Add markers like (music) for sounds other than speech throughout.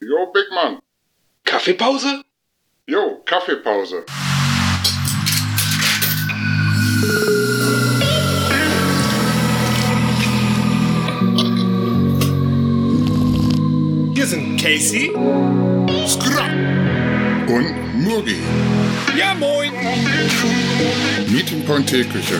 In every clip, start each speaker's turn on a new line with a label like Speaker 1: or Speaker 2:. Speaker 1: Jo, Big Mann.
Speaker 2: Kaffeepause?
Speaker 1: Jo, Kaffeepause.
Speaker 2: Hier sind Casey.
Speaker 1: Und Murgi.
Speaker 2: Ja, moin.
Speaker 1: Meeting Point Teeküche.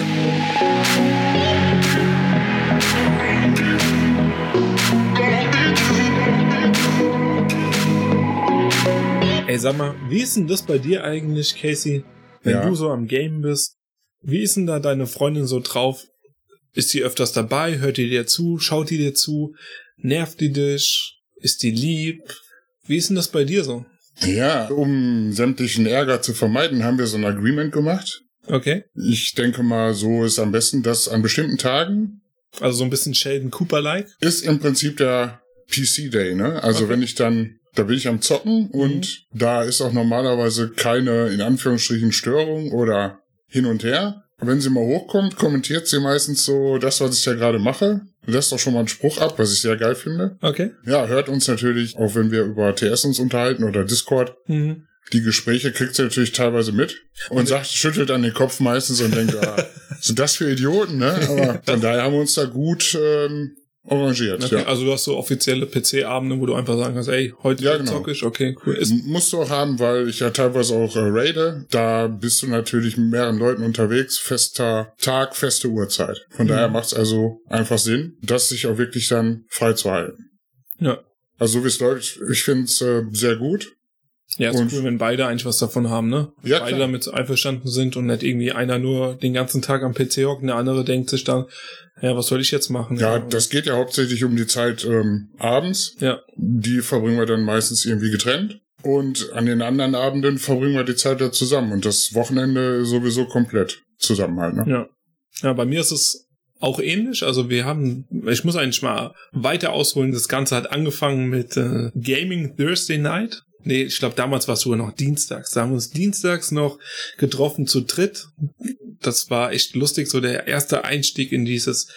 Speaker 3: Ey, sag mal, wie ist denn das bei dir eigentlich, Casey? Wenn
Speaker 1: Ja.
Speaker 3: du so am Game bist, wie ist denn da deine Freundin so drauf? Ist die öfters dabei? Hört die dir zu? Schaut die dir zu? Nervt die dich? Ist die lieb? Wie ist denn das bei dir so?
Speaker 1: Ja, um sämtlichen Ärger zu vermeiden, haben wir so ein Agreement gemacht.
Speaker 3: Okay.
Speaker 1: Ich denke mal, so ist am besten, dass an bestimmten Tagen
Speaker 3: Also so ein bisschen Sheldon Cooper-like.
Speaker 1: ist im Prinzip der PC-Day, ne? Also
Speaker 3: Okay.
Speaker 1: wenn ich dann, da bin ich am Zocken und da ist auch normalerweise keine, in Anführungsstrichen, Störung oder hin und her. Wenn sie mal hochkommt, kommentiert sie meistens so das, was ich ja gerade mache. Lässt auch schon mal einen Spruch ab, was ich sehr geil finde.
Speaker 3: Okay.
Speaker 1: Ja, hört uns natürlich, auch wenn wir über TS uns unterhalten oder Discord.
Speaker 3: Mhm.
Speaker 1: Die Gespräche kriegt sie natürlich teilweise mit und sagt, schüttelt dann den Kopf meistens und denkt,
Speaker 3: (laughs)
Speaker 1: ah, sind das für Idioten, ne? Aber von daher haben wir uns da gut ähm, arrangiert.
Speaker 3: Okay,
Speaker 1: Ja.
Speaker 3: also du hast so offizielle PC-Abende, wo du einfach sagen kannst, ey, heute
Speaker 1: Ja, genau.
Speaker 3: zocke ich, okay, cool. Ist,
Speaker 1: M- Musst du auch haben, weil ich ja teilweise auch äh, raide. Da bist du natürlich mit mehreren Leuten unterwegs, fester Tag, feste Uhrzeit. Von
Speaker 3: Mhm.
Speaker 1: daher macht es also einfach Sinn, das sich auch wirklich dann frei zu halten.
Speaker 3: ja,
Speaker 1: Also so wie es läuft, ich finde es äh, sehr gut.
Speaker 3: ja ist
Speaker 1: Und-
Speaker 3: cool, wenn beide eigentlich was davon haben, ne?
Speaker 1: Ja,
Speaker 3: beide
Speaker 1: klar.
Speaker 3: damit einverstanden sind und nicht irgendwie einer nur den ganzen Tag am PC hockt und der andere denkt sich dann, ja, was soll ich jetzt machen?
Speaker 1: Ja,
Speaker 3: und-
Speaker 1: das geht ja hauptsächlich um die Zeit ähm, abends.
Speaker 3: Ja,
Speaker 1: Die verbringen wir dann meistens irgendwie getrennt. Und an den anderen Abenden verbringen wir die Zeit da zusammen. Und das Wochenende sowieso komplett zusammen halt. Ne?
Speaker 3: ja. Ja, bei mir ist es auch ähnlich. Also wir haben, ich muss eigentlich mal weiter ausholen. Das Ganze hat angefangen mit äh, Gaming Thursday Night. Nee, ich glaube, damals war es sogar noch dienstags. Da haben wir uns dienstags noch getroffen zu dritt. Das war echt lustig, so der erste Einstieg in dieses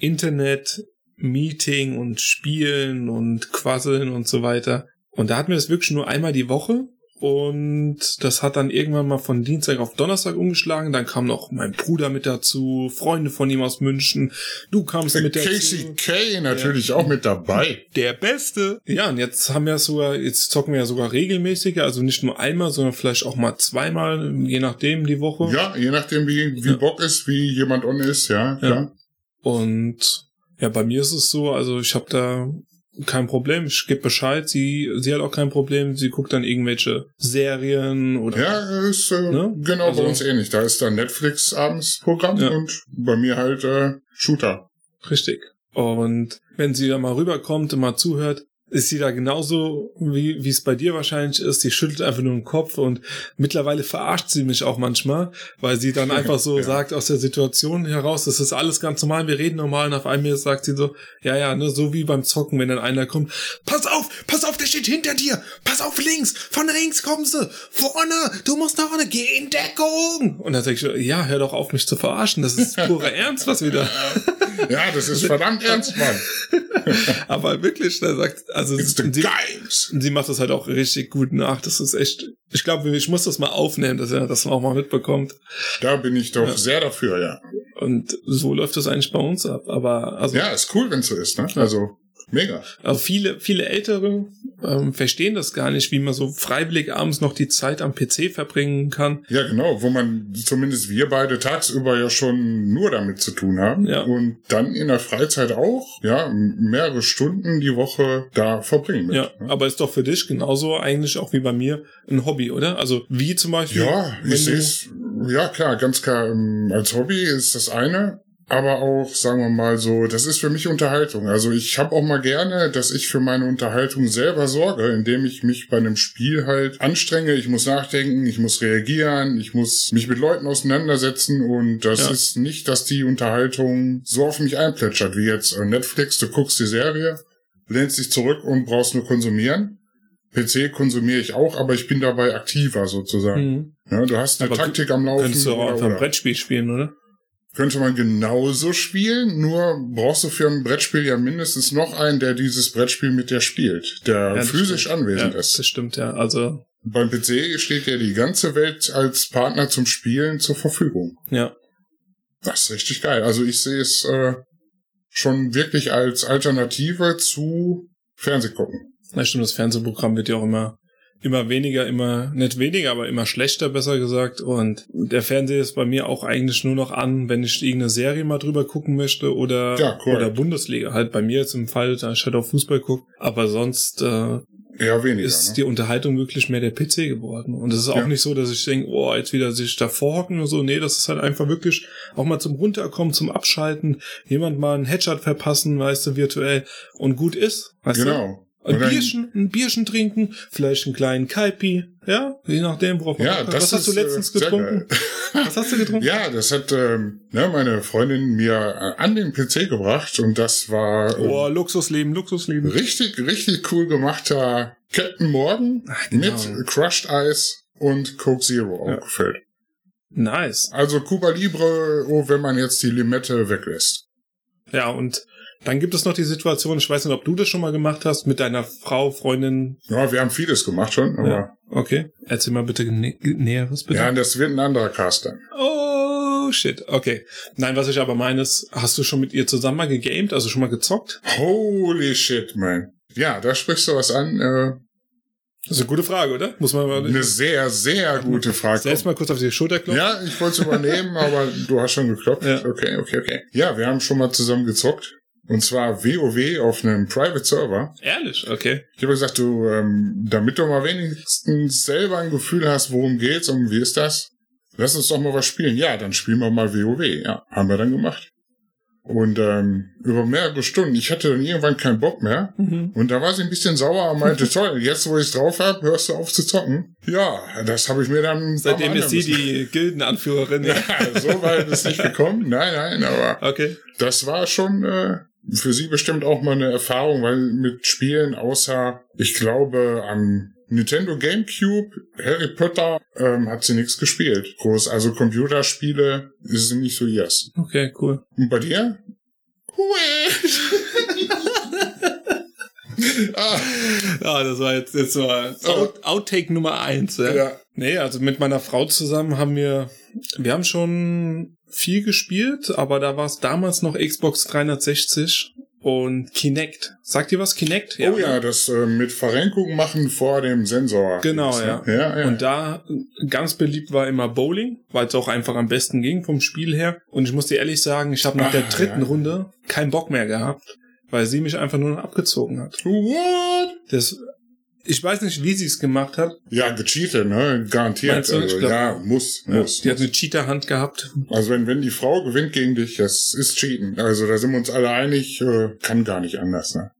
Speaker 3: Internet, Meeting und Spielen und Quasseln und so weiter. Und da hatten wir es wirklich nur einmal die Woche. Und das hat dann irgendwann mal von Dienstag auf Donnerstag umgeschlagen. Dann kam noch mein Bruder mit dazu, Freunde von ihm aus München. Du kamst mit dazu.
Speaker 1: Äh, Casey Kay natürlich auch mit dabei.
Speaker 3: Der Beste. Ja, und jetzt haben wir sogar, jetzt zocken wir ja sogar regelmäßiger, also nicht nur einmal, sondern vielleicht auch mal zweimal, je nachdem die Woche.
Speaker 1: Ja, je nachdem, wie, wie
Speaker 3: Ja.
Speaker 1: Bock ist, wie jemand on ist, ja. klar.
Speaker 3: Und ja, bei mir ist es so, also ich habe da kein Problem, ich gebe Bescheid, sie, sie hat auch kein Problem, sie guckt dann irgendwelche Serien oder
Speaker 1: Ja, ist äh,
Speaker 3: Ne?
Speaker 1: genau
Speaker 3: Also-
Speaker 1: bei uns ähnlich. Da ist dann Netflix abends Programm
Speaker 3: Ja.
Speaker 1: und bei mir halt äh, Shooter.
Speaker 3: Richtig. Und wenn sie da mal rüberkommt und mal zuhört, ist sie da genauso, wie wie es bei dir wahrscheinlich ist. Sie schüttelt einfach nur den Kopf und mittlerweile verarscht sie mich auch manchmal, weil sie dann einfach
Speaker 1: (laughs)
Speaker 3: so
Speaker 1: Ja.
Speaker 3: sagt aus der Situation heraus, das ist alles ganz normal, wir reden normal und auf einmal sagt sie so, ja, ja, ne, so wie beim Zocken, wenn dann einer kommt, pass auf, pass auf, der steht hinter dir, pass auf links, von links kommen sie, vorne, du musst nach vorne, geh in Deckung. Und dann sag ich, so, ja, hör doch auf, mich zu verarschen, das ist
Speaker 1: (laughs)
Speaker 3: purer Ernst, was wir da...
Speaker 1: Ja, das
Speaker 3: (laughs)
Speaker 1: ist verdammt ernst, Mann.
Speaker 3: Aber wirklich, da sagt, also
Speaker 1: It's the
Speaker 3: sie,
Speaker 1: Games.
Speaker 3: sie macht das halt auch richtig gut nach. Das ist echt, ich glaube, ich muss das mal aufnehmen, dass er das auch mal mitbekommt.
Speaker 1: Da bin ich doch sehr dafür, ja.
Speaker 3: Und so läuft das eigentlich bei uns ab. Aber also,
Speaker 1: Ja, ist cool, wenn so ist, ne? Also, mega.
Speaker 3: also viele, viele Ältere ähm, verstehen das gar nicht, wie man so freiwillig abends noch die Zeit am PC verbringen kann.
Speaker 1: Ja, genau, wo man zumindest wir beide tagsüber ja schon nur damit zu tun haben
Speaker 3: Ja.
Speaker 1: und dann in der Freizeit auch, ja, m- mehrere Stunden die Woche da verbringen. mit,
Speaker 3: Ja,
Speaker 1: ne?
Speaker 3: aber ist doch für dich genauso eigentlich auch wie bei mir ein Hobby, oder? Also wie zum Beispiel.
Speaker 1: Ja,
Speaker 3: wenn
Speaker 1: ich
Speaker 3: du-
Speaker 1: sehe es, ja klar, ganz klar, ähm, als Hobby ist das eine, aber auch, sagen wir mal so, das ist für mich Unterhaltung. Also ich habe auch mal gerne, dass ich für meine Unterhaltung selber sorge, indem ich mich bei einem Spiel halt anstrenge. Ich muss nachdenken, ich muss reagieren, ich muss mich mit Leuten auseinandersetzen und das
Speaker 3: Ja.
Speaker 1: ist nicht, dass die Unterhaltung so auf mich einplätschert, wie jetzt äh, Netflix, du guckst die Serie, lehnst dich zurück und brauchst nur konsumieren. PC konsumiere ich auch, aber ich bin dabei aktiver sozusagen.
Speaker 3: Mhm.
Speaker 1: Ja, du hast eine
Speaker 3: Aber
Speaker 1: Taktik am Laufen.
Speaker 3: Könntest du auch
Speaker 1: oder,
Speaker 3: einfach ein
Speaker 1: oder.
Speaker 3: Brettspiel spielen, oder?
Speaker 1: könnte man genauso spielen, nur brauchst du für ein Brettspiel ja mindestens noch einen, der dieses Brettspiel mit dir spielt, der
Speaker 3: das
Speaker 1: physisch
Speaker 3: stimmt.
Speaker 1: anwesend
Speaker 3: ja,
Speaker 1: ist.
Speaker 3: Das stimmt, ja. Also,
Speaker 1: Beim PC steht dir die ganze Welt als Partner zum Spielen zur Verfügung.
Speaker 3: ja.
Speaker 1: Das ist richtig geil. Also ich sehe es äh, schon wirklich als Alternative zu Fernsehgucken.
Speaker 3: Na stimmt, das Fernsehprogramm wird ja auch immer, immer weniger, immer, nicht weniger, aber immer schlechter, besser gesagt. Und der Fernseher ist bei mir auch eigentlich nur noch an, wenn ich irgendeine Serie mal drüber gucken möchte oder,
Speaker 1: Ja, cool.
Speaker 3: oder Bundesliga. Halt bei mir jetzt im Fall, da ich halt auf Fußball gucke. Aber sonst äh,
Speaker 1: Eher weniger.
Speaker 3: ist
Speaker 1: ne?
Speaker 3: die Unterhaltung wirklich mehr der PC geworden. Und es ist auch
Speaker 1: Ja.
Speaker 3: nicht so, dass ich denke, oh, jetzt wieder sich davor hocken oder so. Nee, das ist halt einfach wirklich auch mal zum Runterkommen, zum Abschalten, jemand mal einen Headshot verpassen, weißt du, virtuell und gut ist. Weißt du?
Speaker 1: Genau.
Speaker 3: Ein
Speaker 1: Und dann-
Speaker 3: Bierchen, ein Bierchen trinken, vielleicht einen kleinen Kaipi, ja, je nachdem, worauf man
Speaker 1: Ja,
Speaker 3: Bock hat.
Speaker 1: das
Speaker 3: Was hast du
Speaker 1: ist, äh,
Speaker 3: letztens
Speaker 1: sehr
Speaker 3: getrunken? (laughs) Was hast du getrunken?
Speaker 1: Ja, das hat ähm, ne, meine Freundin mir äh, an den PC gebracht und das war ähm,
Speaker 3: Oh, Luxusleben, Luxusleben.
Speaker 1: richtig, richtig cool gemachter Captain Morgan
Speaker 3: genau.
Speaker 1: mit Crushed Ice und Coke Zero
Speaker 3: Ja.
Speaker 1: aufgefüllt.
Speaker 3: Nice.
Speaker 1: Also Cuba Libre, oh, wenn man jetzt die Limette weglässt.
Speaker 3: Ja, und dann gibt es noch die Situation, ich weiß nicht, ob du das schon mal gemacht hast, mit deiner Frau, Freundin.
Speaker 1: Ja, wir haben vieles gemacht schon, aber
Speaker 3: Ja. Okay. Erzähl mal bitte Nä Näheres, bitte.
Speaker 1: ja, das wird ein anderer Cast dann.
Speaker 3: Oh, shit. Okay. Nein, was ich aber meine ist, hast du schon mit ihr zusammen mal gegamed, also schon mal gezockt?
Speaker 1: Holy shit, man. Ja, da sprichst du was an. Äh,
Speaker 3: Das ist eine gute Frage, oder? Muss man mal...
Speaker 1: eine sehr, sehr gute Frage.
Speaker 3: Selbst mal kurz auf die Schulter klopfen.
Speaker 1: Ja, ich wollte es
Speaker 3: (laughs)
Speaker 1: übernehmen, aber du hast schon geklopft.
Speaker 3: Ja.
Speaker 1: Okay, okay, okay. Ja, wir haben schon mal zusammen gezockt. Und zwar WoW auf einem Private Server.
Speaker 3: Ehrlich? Okay.
Speaker 1: Ich habe gesagt, du, ähm, damit du mal wenigstens selber ein Gefühl hast, worum geht's und wie ist das, lass uns doch mal was spielen. Ja, dann spielen wir mal WoW. Ja, haben wir dann gemacht. Und ähm, über mehrere Stunden, ich hatte dann irgendwann keinen Bock mehr.
Speaker 3: Mhm.
Speaker 1: Und da war sie ein bisschen sauer und
Speaker 3: (laughs)
Speaker 1: meinte, toll, jetzt wo ich drauf hab, hörst du auf zu zocken. Ja, das habe ich mir dann. ein paar
Speaker 3: Seitdem
Speaker 1: Mal
Speaker 3: ist sie
Speaker 1: anhören
Speaker 3: die Gildenanführerin.
Speaker 1: (laughs)
Speaker 3: Ja.
Speaker 1: ja, so weit ist nicht gekommen. Nein, nein, aber
Speaker 3: Okay.
Speaker 1: das war schon äh, für sie bestimmt auch mal eine Erfahrung, weil mit Spielen außer, ich glaube, am Nintendo Gamecube, Harry Potter, ähm, hat sie nichts gespielt. Groß, also Computerspiele sind nicht so ihrs.
Speaker 3: Okay, cool.
Speaker 1: Und bei dir?
Speaker 3: (laughs)
Speaker 1: Hui. ah,
Speaker 3: Ah, das war jetzt, jetzt war
Speaker 1: Aber-
Speaker 3: Out, Outtake Nummer eins. Ja.
Speaker 1: ja.
Speaker 3: Nee, also mit meiner Frau zusammen haben wir, wir haben schon viel gespielt, aber da war es damals noch Xbox 360 und Kinect. Sagt ihr was? Kinect?
Speaker 1: Oh ja, das äh, mit Verrenkung machen vor dem Sensor.
Speaker 3: Genau,
Speaker 1: ja.
Speaker 3: ja.
Speaker 1: ja, ja.
Speaker 3: Und da ganz beliebt war immer Bowling, weil es auch einfach am besten ging vom Spiel her. Und ich muss dir ehrlich sagen, ich habe nach der
Speaker 1: Ah,
Speaker 3: dritten
Speaker 1: ja.
Speaker 3: Runde keinen Bock mehr gehabt, weil sie mich einfach nur noch abgezogen hat.
Speaker 1: What?
Speaker 3: Das, ich weiß nicht, wie sie es gemacht hat.
Speaker 1: Ja, gecheatet, ne? Garantiert.
Speaker 3: Meinst du? Ich
Speaker 1: Also,
Speaker 3: glaub-
Speaker 1: ja, muss, muss.
Speaker 3: Die hat eine Cheater-Hand gehabt.
Speaker 1: Also wenn, wenn die Frau gewinnt gegen dich, das ist Cheaten. Also da sind wir uns alle einig, äh, kann gar nicht anders, ne?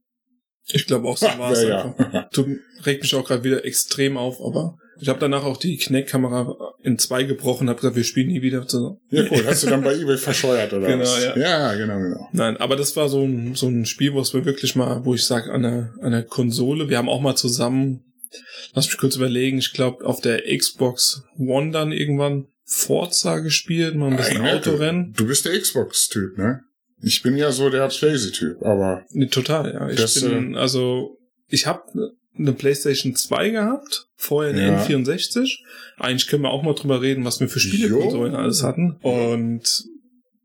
Speaker 3: Ich glaube auch so
Speaker 1: Ha,
Speaker 3: war es.
Speaker 1: ja, ja.
Speaker 3: einfach. Tut, regt mich auch gerade wieder extrem auf, aber ich habe danach auch die Kinect-Kamera in zwei gebrochen, habe gesagt, wir spielen nie wieder zusammen.
Speaker 1: Ja, cool. Hast du dann bei eBay verscheuert oder
Speaker 3: Genau,
Speaker 1: was?
Speaker 3: ja.
Speaker 1: ja, genau, genau.
Speaker 3: Nein, aber das war so ein, so ein Spiel, wo es mir wirklich mal, wo ich sage, an der, an der Konsole, wir haben auch mal zusammen, lass mich kurz überlegen, ich glaube, auf der Xbox One dann irgendwann Forza gespielt, mal ein bisschen
Speaker 1: Alter,
Speaker 3: Autorennen.
Speaker 1: Du bist der Xbox-Typ, ne? Ich bin ja so der Playsy-Typ, aber
Speaker 3: Nee, total, ja. Ich
Speaker 1: Das, äh,
Speaker 3: bin, also, ich habe eine PlayStation 2 gehabt, vorher eine
Speaker 1: Ja.
Speaker 3: N64. Eigentlich können wir auch mal drüber reden, was wir für Spielekonsolen
Speaker 1: Jo.
Speaker 3: alles hatten. Und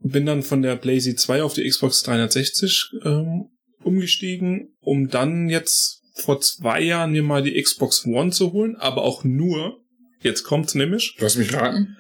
Speaker 3: bin dann von der PlayStation 2 auf die Xbox 360 ähm, umgestiegen, um dann jetzt vor zwei Jahren mir mal die Xbox One zu holen, aber auch nur, jetzt kommt's nämlich,
Speaker 1: lass mich raten.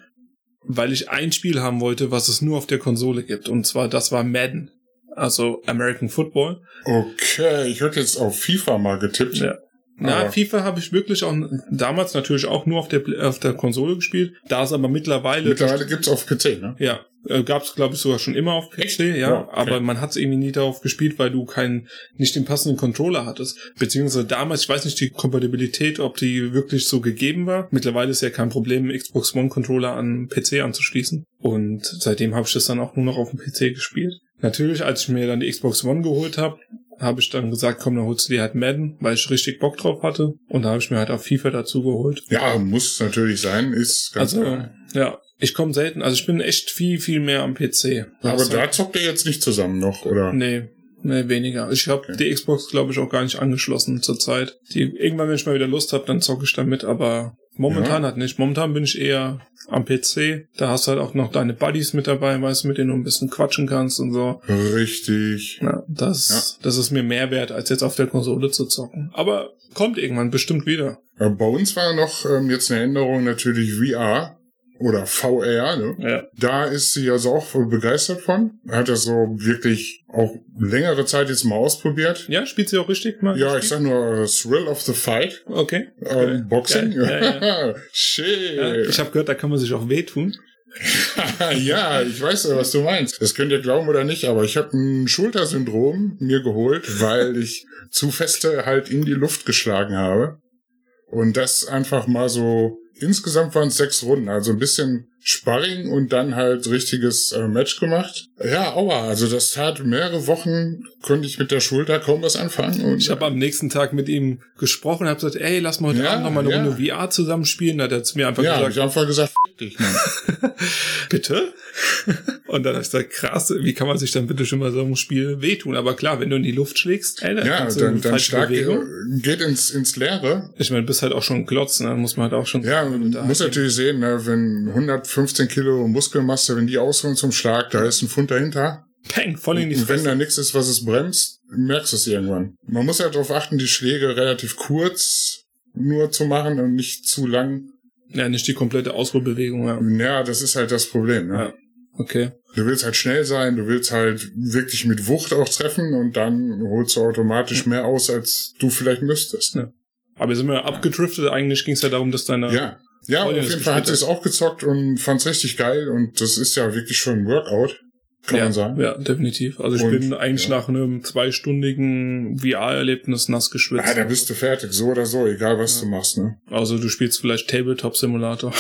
Speaker 3: weil ich ein Spiel haben wollte, was es nur auf der Konsole gibt. Und zwar, das war Madden. Also American Football.
Speaker 1: Okay, ich hätte jetzt auf FIFA mal getippt.
Speaker 3: Ja. Na,
Speaker 1: Aber-
Speaker 3: FIFA habe ich wirklich auch damals natürlich auch nur auf der Pl- auf der Konsole gespielt. Da ist aber mittlerweile
Speaker 1: Mittlerweile gibt's auf PC, ne?
Speaker 3: ja, äh, gab's glaube ich sogar schon immer auf PC, ja,
Speaker 1: Ja, okay.
Speaker 3: aber man hat es irgendwie nie darauf gespielt, weil du keinen nicht den passenden Controller hattest, beziehungsweise damals, ich weiß nicht die Kompatibilität, ob die wirklich so gegeben war. Mittlerweile ist ja kein Problem, einen Xbox One Controller an den PC anzuschließen und seitdem habe ich das dann auch nur noch auf dem PC gespielt. Natürlich, als ich mir dann die Xbox One geholt habe, habe ich dann gesagt, komm, dann holst du dir halt Madden, weil ich richtig Bock drauf hatte und da habe ich mir halt auch FIFA dazu geholt.
Speaker 1: Ja, muss natürlich sein, ist ganz
Speaker 3: Also,
Speaker 1: klar.
Speaker 3: ja, Ich komme selten, also ich bin echt viel, viel mehr am PC.
Speaker 1: Aber
Speaker 3: Also,
Speaker 1: da zockt ihr jetzt nicht zusammen noch, oder?
Speaker 3: Nee, nee, weniger. Ich habe
Speaker 1: Okay.
Speaker 3: die Xbox, glaube ich, auch gar nicht angeschlossen zurzeit. Die, irgendwann, wenn ich mal wieder Lust habe, dann zocke ich damit, aber momentan halt nicht. Momentan bin ich eher am PC. Da hast du halt auch noch deine Buddies mit dabei, weißt du, mit denen du ein bisschen quatschen kannst und so.
Speaker 1: Richtig.
Speaker 3: Ja, das, das ist mir mehr wert, als jetzt auf der Konsole zu zocken. Aber kommt irgendwann bestimmt wieder.
Speaker 1: Äh, Bei uns war noch ähm, jetzt eine Änderung natürlich VR oder VR, ne?
Speaker 3: Ja.
Speaker 1: Da ist sie also auch begeistert von. Hat das so wirklich auch längere Zeit jetzt mal ausprobiert.
Speaker 3: Ja, spielt sie auch richtig mal?
Speaker 1: Ja, ich sag nur äh, Thrill of the Fight.
Speaker 3: Okay.
Speaker 1: Ähm,
Speaker 3: Geil.
Speaker 1: Boxing?
Speaker 3: Geil. Ja, ja.
Speaker 1: (laughs) Shit.
Speaker 3: Ja, ich habe gehört, da kann man sich auch wehtun.
Speaker 1: (laughs) ja, ich weiß, was du meinst. Das könnt ihr glauben oder nicht, aber ich habe ein Schultersyndrom mir geholt, weil ich zu feste halt in die Luft geschlagen habe. Und das einfach mal so, insgesamt waren es sechs Runden, also ein bisschen Sparring und dann halt richtiges äh, Match gemacht. Ja, aua, also das tat mehrere Wochen, konnte ich mit der Schulter kaum was anfangen. Und
Speaker 3: Ich habe am nächsten Tag mit ihm gesprochen, habe gesagt, ey, lass mal heute
Speaker 1: Ja,
Speaker 3: Abend noch mal eine
Speaker 1: ja.
Speaker 3: Runde VR zusammenspielen. Da hat er zu mir einfach
Speaker 1: ja, hab ich
Speaker 3: gesagt,
Speaker 1: einfach
Speaker 3: (laughs)
Speaker 1: gesagt, Fick dich, Mann.
Speaker 3: bitte? Und dann habe ich gesagt, krass, wie kann man sich dann bitte schon mal so einem Spiel wehtun? Aber klar, wenn du in die Luft schlägst, ey, dann
Speaker 1: ja,
Speaker 3: kannst du
Speaker 1: dann,
Speaker 3: eine
Speaker 1: dann
Speaker 3: falsche
Speaker 1: stark äh,
Speaker 3: Bewegung.
Speaker 1: geht ins, ins Leere
Speaker 3: Ich meine, bist halt auch schon ein Klotz, ne? muss man halt auch schon...
Speaker 1: Ja, man
Speaker 3: da
Speaker 1: muss
Speaker 3: gehen.
Speaker 1: natürlich sehen, ne, wenn 115 Kilo Muskelmasse, wenn die ausholen zum Schlag, da ist ein Pfund dahinter.
Speaker 3: Peng, voll in die
Speaker 1: Und wenn
Speaker 3: Fresse.
Speaker 1: da nichts ist, was es bremst, merkst du es irgendwann. Man muss ja darauf achten, die Schläge relativ kurz nur zu machen und nicht zu lang.
Speaker 3: Ja, nicht die komplette Ausruhbewegung, ja.
Speaker 1: Ja, das ist halt das Problem. Ne?
Speaker 3: Ja. Okay.
Speaker 1: Du willst halt schnell sein, du willst halt wirklich mit Wucht auch treffen und dann holst du automatisch mehr aus, als du vielleicht müsstest.
Speaker 3: Aber wir sind wir abgedriftet, eigentlich ging es ja darum, dass deine...
Speaker 1: Ja. Ja,
Speaker 3: Freundin
Speaker 1: auf
Speaker 3: das
Speaker 1: jeden Fall hat sie
Speaker 3: gespielt
Speaker 1: es auch gezockt und fand's richtig geil und das ist ja wirklich schon ein Workout, kann
Speaker 3: ja,
Speaker 1: man sagen.
Speaker 3: Ja, definitiv. Also ich
Speaker 1: Und,
Speaker 3: bin eigentlich
Speaker 1: ja.
Speaker 3: nach einem zweistündigen VR-Erlebnis nass geschwitzt.
Speaker 1: Ah, da bist du fertig, so oder so, egal was du machst, ne?
Speaker 3: also du spielst
Speaker 1: (laughs)
Speaker 3: vielleicht Tabletop-Simulator.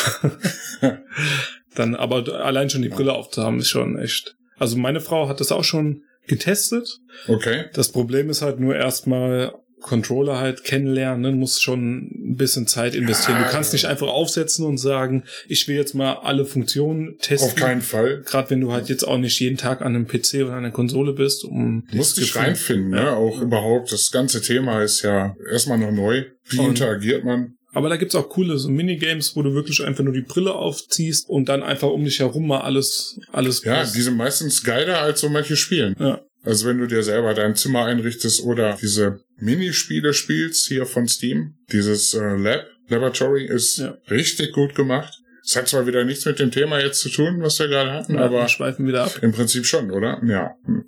Speaker 3: Dann aber d- allein schon die Brille aufzuhaben ist schon echt. Also meine Frau hat das auch schon getestet.
Speaker 1: Okay.
Speaker 3: Das Problem ist halt nur erstmal Controller halt kennenlernen, muss schon ein bisschen Zeit investieren.
Speaker 1: Ah, Ja.
Speaker 3: Du kannst nicht einfach aufsetzen und sagen, ich will jetzt mal alle Funktionen testen.
Speaker 1: Auf keinen Fall.
Speaker 3: Gerade wenn du halt jetzt auch nicht jeden Tag an einem PC oder an einer Konsole bist, um
Speaker 1: Du musst
Speaker 3: dieses
Speaker 1: dich
Speaker 3: Gefühl-
Speaker 1: reinfinden, ne? Auch überhaupt, das ganze Thema ist ja erstmal noch neu. Wie
Speaker 3: Und-
Speaker 1: interagiert man?
Speaker 3: Aber da gibt's auch coole so Minigames, wo du wirklich einfach nur die Brille aufziehst und dann einfach um dich herum mal alles, alles.
Speaker 1: Ja,
Speaker 3: passt.
Speaker 1: die sind meistens geiler als so manche Spielen.
Speaker 3: Ja.
Speaker 1: Also wenn du dir selber dein Zimmer einrichtest oder diese Minispiele spielst hier von Steam, dieses äh, Lab, Laboratory ist
Speaker 3: Ja.
Speaker 1: richtig gut gemacht. Es hat zwar wieder nichts mit dem Thema jetzt zu tun, was wir gerade hatten,
Speaker 3: Ja,
Speaker 1: aber
Speaker 3: wir schweifen wieder ab.
Speaker 1: Im Prinzip schon, oder? Ja. Hm.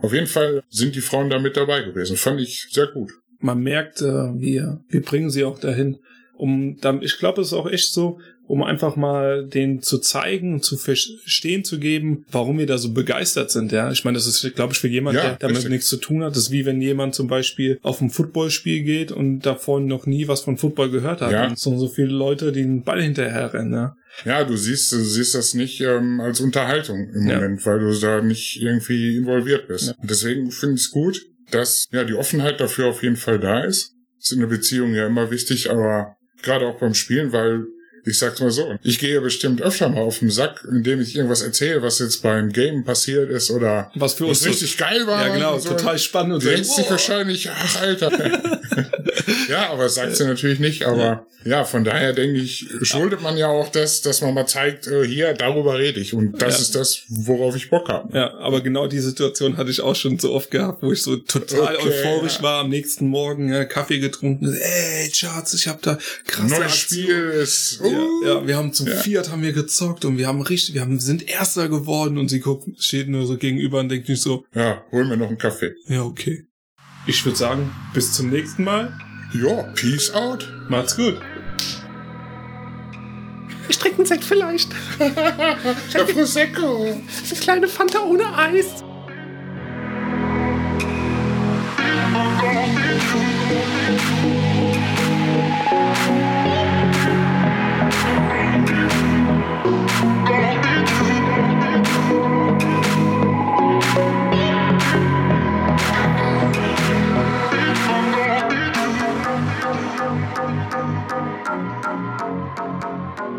Speaker 1: Auf jeden Fall sind die Frauen da mit dabei gewesen. Fand ich sehr gut.
Speaker 3: Man merkt, äh, wir, wir bringen sie auch dahin. Um dann, ich glaube, es ist auch echt so, um einfach mal denen zu zeigen, zu verstehen zu geben, warum wir da so begeistert sind, ja. Ich meine, das ist, glaube ich, für jemanden,
Speaker 1: Ja,
Speaker 3: der damit
Speaker 1: richtig.
Speaker 3: nichts zu tun hat. Das ist wie wenn jemand zum Beispiel auf ein Footballspiel geht und davon noch nie was von Football gehört hat.
Speaker 1: Ja.
Speaker 3: Und es sind so viele Leute, die den Ball hinterher rennen, ja.
Speaker 1: Ja, du siehst, du siehst das nicht ähm, als Unterhaltung im
Speaker 3: Ja.
Speaker 1: Moment, weil du da nicht irgendwie involviert bist. Deswegen finde ich es gut, dass ja die Offenheit dafür auf jeden Fall da ist. Ist in einer Beziehung ja immer wichtig, aber gerade auch beim Spielen, weil ich sag's mal so, ich gehe bestimmt öfter mal auf den Sack, indem ich irgendwas erzähle, was jetzt beim Game passiert ist oder
Speaker 3: Was für
Speaker 1: was
Speaker 3: uns
Speaker 1: richtig also geil war.
Speaker 3: Ja, genau,
Speaker 1: und so.
Speaker 3: total spannend. Und
Speaker 1: Du denkst dich
Speaker 3: so,
Speaker 1: wahrscheinlich, ach
Speaker 3: (laughs)
Speaker 1: Alter. ja, aber das sagt sie natürlich nicht, aber ja, von daher denke ich, schuldet man ja auch das, dass man mal zeigt, äh, hier, darüber rede ich und das
Speaker 3: Ja.
Speaker 1: ist das, worauf ich Bock habe.
Speaker 3: Ja, aber genau die Situation hatte ich auch schon so oft gehabt, wo ich so total
Speaker 1: Okay,
Speaker 3: euphorisch
Speaker 1: ja.
Speaker 3: war, am nächsten Morgen ja, Kaffee getrunken. Ey, Charts, ich hab da krasse
Speaker 1: Neues
Speaker 3: Aktion.
Speaker 1: Spiel ist, uh,
Speaker 3: Ja, ja, wir haben zum
Speaker 1: Ja.
Speaker 3: Fiat haben wir gezockt und wir haben richtig, wir haben, sind Erster geworden und sie guckt, steht nur so gegenüber und denkt nicht so,
Speaker 1: ja, holen wir noch einen Kaffee.
Speaker 3: ja, okay. Ich würde sagen, bis zum nächsten Mal.
Speaker 1: Ja, peace out.
Speaker 3: Macht's gut.
Speaker 4: Streckensekt vielleicht.
Speaker 1: Der Prosecco.
Speaker 4: Eine kleine Fanta ohne Eis.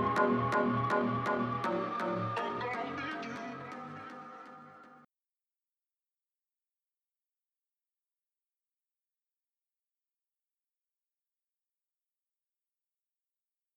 Speaker 5: Thank you.